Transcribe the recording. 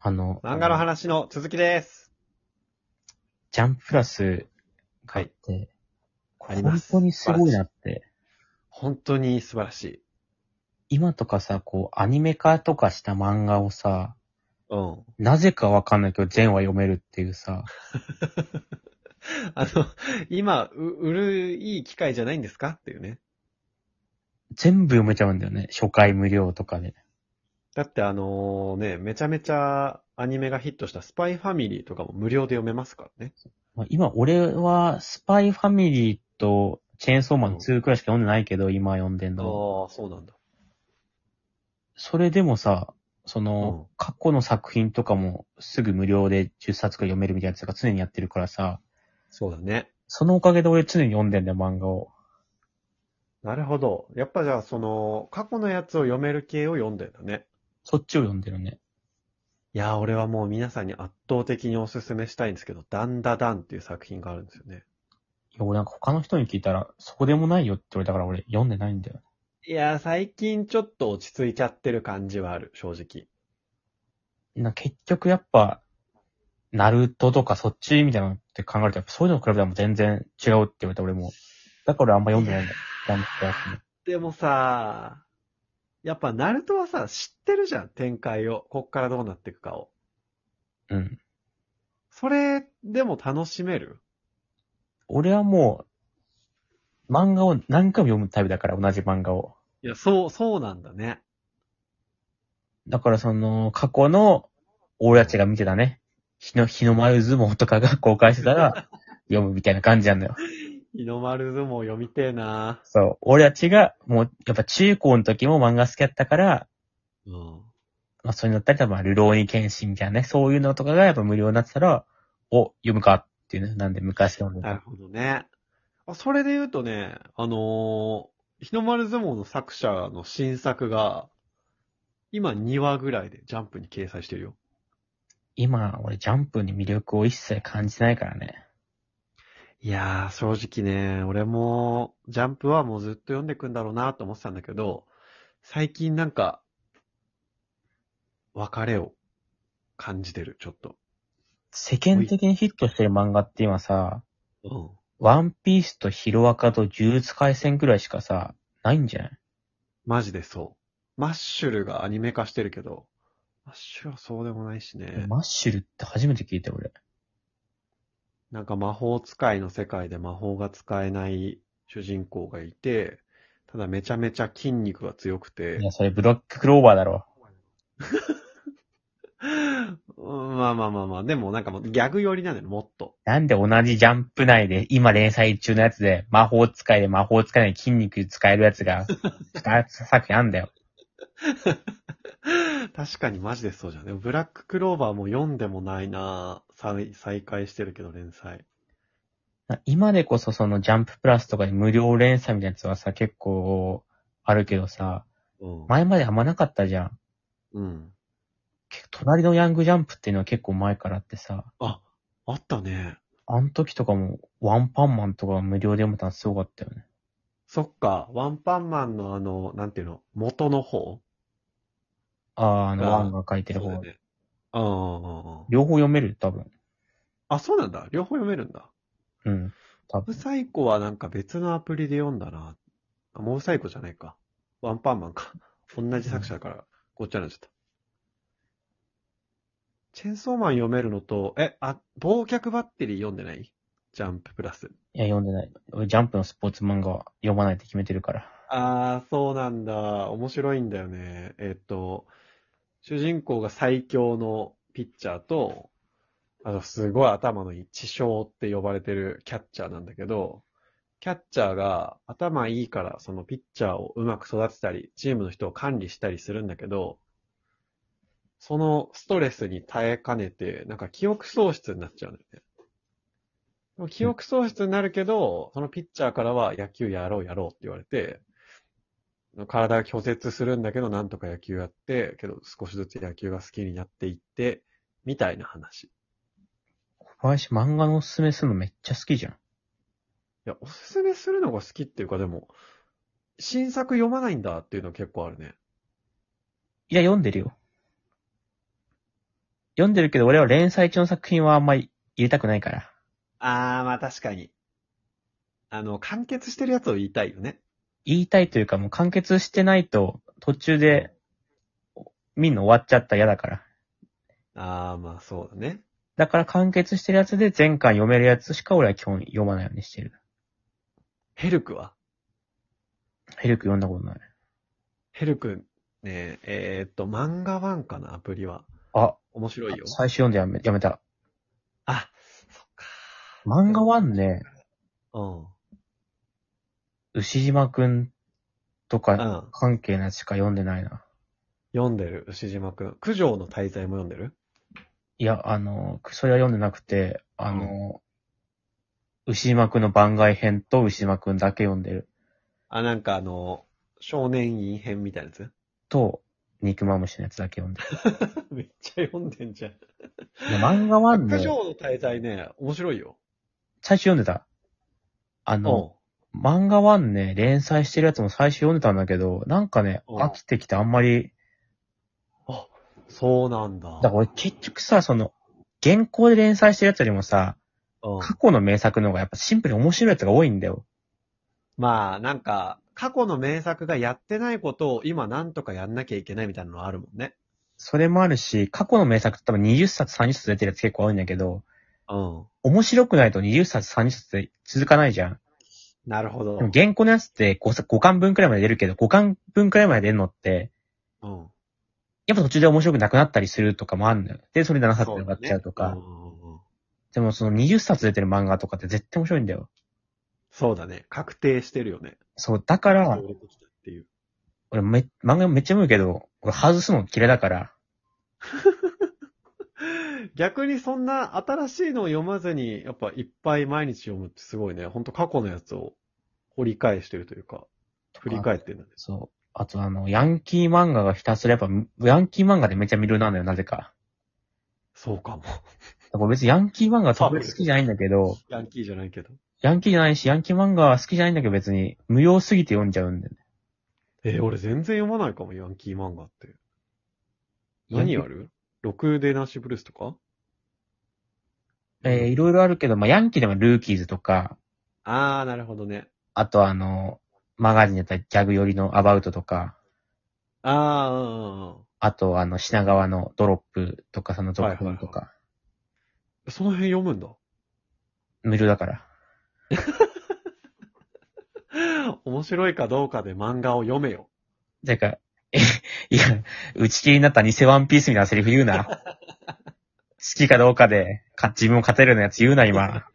あの、漫画の話の続きです。ジャンププラス買って、あります本当にすごいなって。本当に素晴らしい。今とかさ、こう、アニメ化とかした漫画をさ、うん。なぜかわかんないけど全話読めるっていうさ、あの、今、う売るいい機会じゃないんですかっていうね。全部読めちゃうんだよね。初回無料とかで。だってあのね、めちゃめちゃアニメがヒットしたスパイファミリーとかも無料で読めますからね。まあ、今、俺は、スパイファミリーと、チェーンソーマン2くらいしか読んでないけど、今読んでんああの。、そうなんだ。それでもさ、そのうん、過去の作品とかもすぐ無料で10冊くらい読めるみたいなやつが常にやってるからさ、そうだね。そのおかげで俺常に読んでんだよ、漫画を。なるほど。やっぱじゃあ、その、過去のやつを読める系を読んでんだね。そっちを読んでるね。いやー、俺はもう皆さんに圧倒的におすすめしたいんですけど、ダンダダンっていう作品があるんですよね。いや、俺なんか他の人に聞いたら、そこでもないよって言われたから俺読んでないんだよ。いやー、最近ちょっと落ち着いちゃってる感じはある、正直。な結局やっぱ、ナルトとかそっちみたいなのって考えると、やっぱそういうの比べたらもう全然違うって言われた俺も。だから俺あんま読んでないんだよ。ジャンププラスもでもさ、やっぱナルトはさ、知ってるじゃん、展開を。こっからどうなっていくかを。うん。それでも楽しめる俺はもう、漫画を何回も読むタイプだから、同じ漫画を。いや、そう、そうなんだね。だからその、過去の、俺たちが見てたね、日の、日の丸相撲とかが公開してたら、読むみたいな感じなんだよ。日の丸相撲読みてえなそう。俺たちが、もう、やっぱ中高の時も漫画好きだったから、うん。まあ、それになったり、多分、ルローニケンシンみたいなね、そういうのとかがやっぱ無料になってたら、お、読むかっていうね。なんで昔読んでなるた。ほどね。あそれで言うとね、あのー日の丸相撲の作者の新作が、今2話ぐらいでジャンプに掲載してるよ。今、俺、ジャンプに魅力を一切感じてないからね。いやー、正直ね、俺も、ジャンプはもうずっと読んでくんだろうなと思ってたんだけど、最近なんか、別れを感じてる、ちょっと。世間的にヒットしてる漫画って今さ、うん。ワンピースとヒロアカと呪術回戦ぐらいしかさ、ないんじゃないマジでそう。マッシュルがアニメ化してるけど、マッシュルはそうでもないしね。マッシュルって初めて聞いたよ俺。なんか魔法使いの世界で魔法が使えない主人公がいて、ただめちゃめちゃ筋肉が強くてい、や、それブロッククローバーだろ。 うんまあまあまあまあ、でもなんかもうギャグ寄りなんだよ、もっと。なんで同じジャンプ内で、今連載中のやつで、魔法使いで魔法使いない筋肉使えるやつが、二つ作品あんだよ。 確かにマジでそうじゃん。でもブラッククローバーも読んでもないな再再開してるけど連載。今でこそそのジャンププラスとかで無料連載みたいなやつはさ、結構あるけどさ、うん。前まであんまなかったじゃん。うん。結構隣のヤングジャンプっていうのは結構前からあってさ、あ、あったね。あの時とかもワンパンマンとか無料で読めたのすごかったよね。そっか、ワンパンマンのあの、なんていうの、元の方ああ、あの、あーワンが書いてるそうだ方よ。ね。うんうんうんうん。両方読める多分。あ、そうなんだ。両方読めるんだ。うん。多ウ分。サイコはなんか別のアプリで読んだな。あもうウサイコじゃないか。ワンパンマンか。同じ作者だから、ごっちゃになっちゃった。チェンソーマン読めるのと、え、あ、忘却バッテリー読んでないジャンププラス。いや、読んでない。俺ジャンプのスポーツ漫画は読まないって決めてるから。あー、そうなんだ。面白いんだよね。えっと、主人公が最強のピッチャーと、あの、すごい頭のいい、地匠って呼ばれてるキャッチャーなんだけど、キャッチャーが頭いいから、そのピッチャーをうまく育てたり、チームの人を管理したりするんだけど、そのストレスに耐えかねて、なんか記憶喪失になっちゃうんだよね。でも記憶喪失になるけど、そのピッチャーからは野球やろうやろうって言われて、体が拒絶するんだけど、なんとか野球やって、けど少しずつ野球が好きになっていって、みたいな話。い小林漫画のおすすめするのめっちゃ好きじゃん。や、おすすめするのが好きっていうか、でも、新作読まないんだっていうの結構あるね。いや、読んでるよ。読んでるけど、俺は連載中の作品はあんまり入れたくないから。あー、まあ確かに。あの、完結してるやつを言いたいよね。言いたいというか、もう完結してないと、途中で、見んの終わっちゃったら嫌だから。あー、まあそうだね。だから完結してるやつで全巻読めるやつしか俺は基本読まないようにしてる。ヘルクはヘルク読んだことない。ヘルクね、えーっと、漫画ワンかな、アプリは。あ、面白いよ。最初読んでやめやめた。あ、そっか。漫画ワンね、うん。牛島くんとうかん。関係のやつしか読んでないな。読んでる、牛島くん。九条の滞在も読んでるいや、あの、それは読んでなくて、あの、牛島くんの番外編と牛島くんだけ読んでる。あ、なんかあの、少年院編みたいなやつ と、肉まむしのやつだけ読んでる。めっちゃ読んでんじゃん。いや漫画ワン 九ね、条の滞在ね、面白いよ。最初読んでた。あうん。の、漫画ワンね、連載してるやつも最初読んでたんだけど、なんかね、うん飽きてきてあんまり、あ、そうなんだ。だから俺結局さ、その、原稿で連載してるやつよりもさ、うん、過去の名作の方がやっぱシンプルに面白いやつが多いんだよ。まあ、なんか、過去の名作がやってないことを今なんとかやんなきゃいけないみたいなのあるもんね。それもあるし、過去の名作って多分20冊30冊出てるやつ結構多いんだけど、うん。面白くないと20冊30冊で続かないじゃん。なるほど。でも原稿のやつって 5, 5巻分くらいまで出るけど、5巻分くらいまで出るのって、うん。やっぱ途中で面白くなくなったりするとかもあるんだよ。で、それで7冊で終わっちゃうとか。そうだねうんうんうんでもその20冊出てる漫画とかって絶対面白いんだよ。そうだね。確定してるよね。そう、だから、登録したっていう。俺め、漫画めっちゃ読むけど、俺外すの嫌いだから、 逆にそんな新しいのを読まずに、やっぱいっぱい毎日読むってすごいね。ほんと過去のやつを掘り返してるというか、振り返ってるんだね。そう。あとあの、ヤンキー漫画がひたすらやっぱ、ヤンキー漫画でめっちゃ見るなんだよ、なぜか。そうかも。だから別にヤンキー漫画は特別好きじゃないんだけど、ヤンキーじゃないけど。ヤンキーじゃないし、ヤンキー漫画は好きじゃないんだけど別に、無用すぎて読んじゃうんだよね。えー俺全然読まないかも、ヤンキー漫画って。ヤンキ何ーやるろくでなしブルースとかえーいろいろあるけど、まあ、ヤンキーでもルーキーズとか、あー、なるほどね。あとあの、マガジンだったらギャグ寄りのアバウトとか、あー、うんうんうん。あとあの、品川のドロップとか、その続編とか、その辺読むんだ。無料だから。面白いかどうかで漫画を読めよ。てか、え、いや、打ち切りになった偽ワン ピースみたいなセリフ言うな。好きかどうかで、か、自分を勝てるようなやつ言うな、今。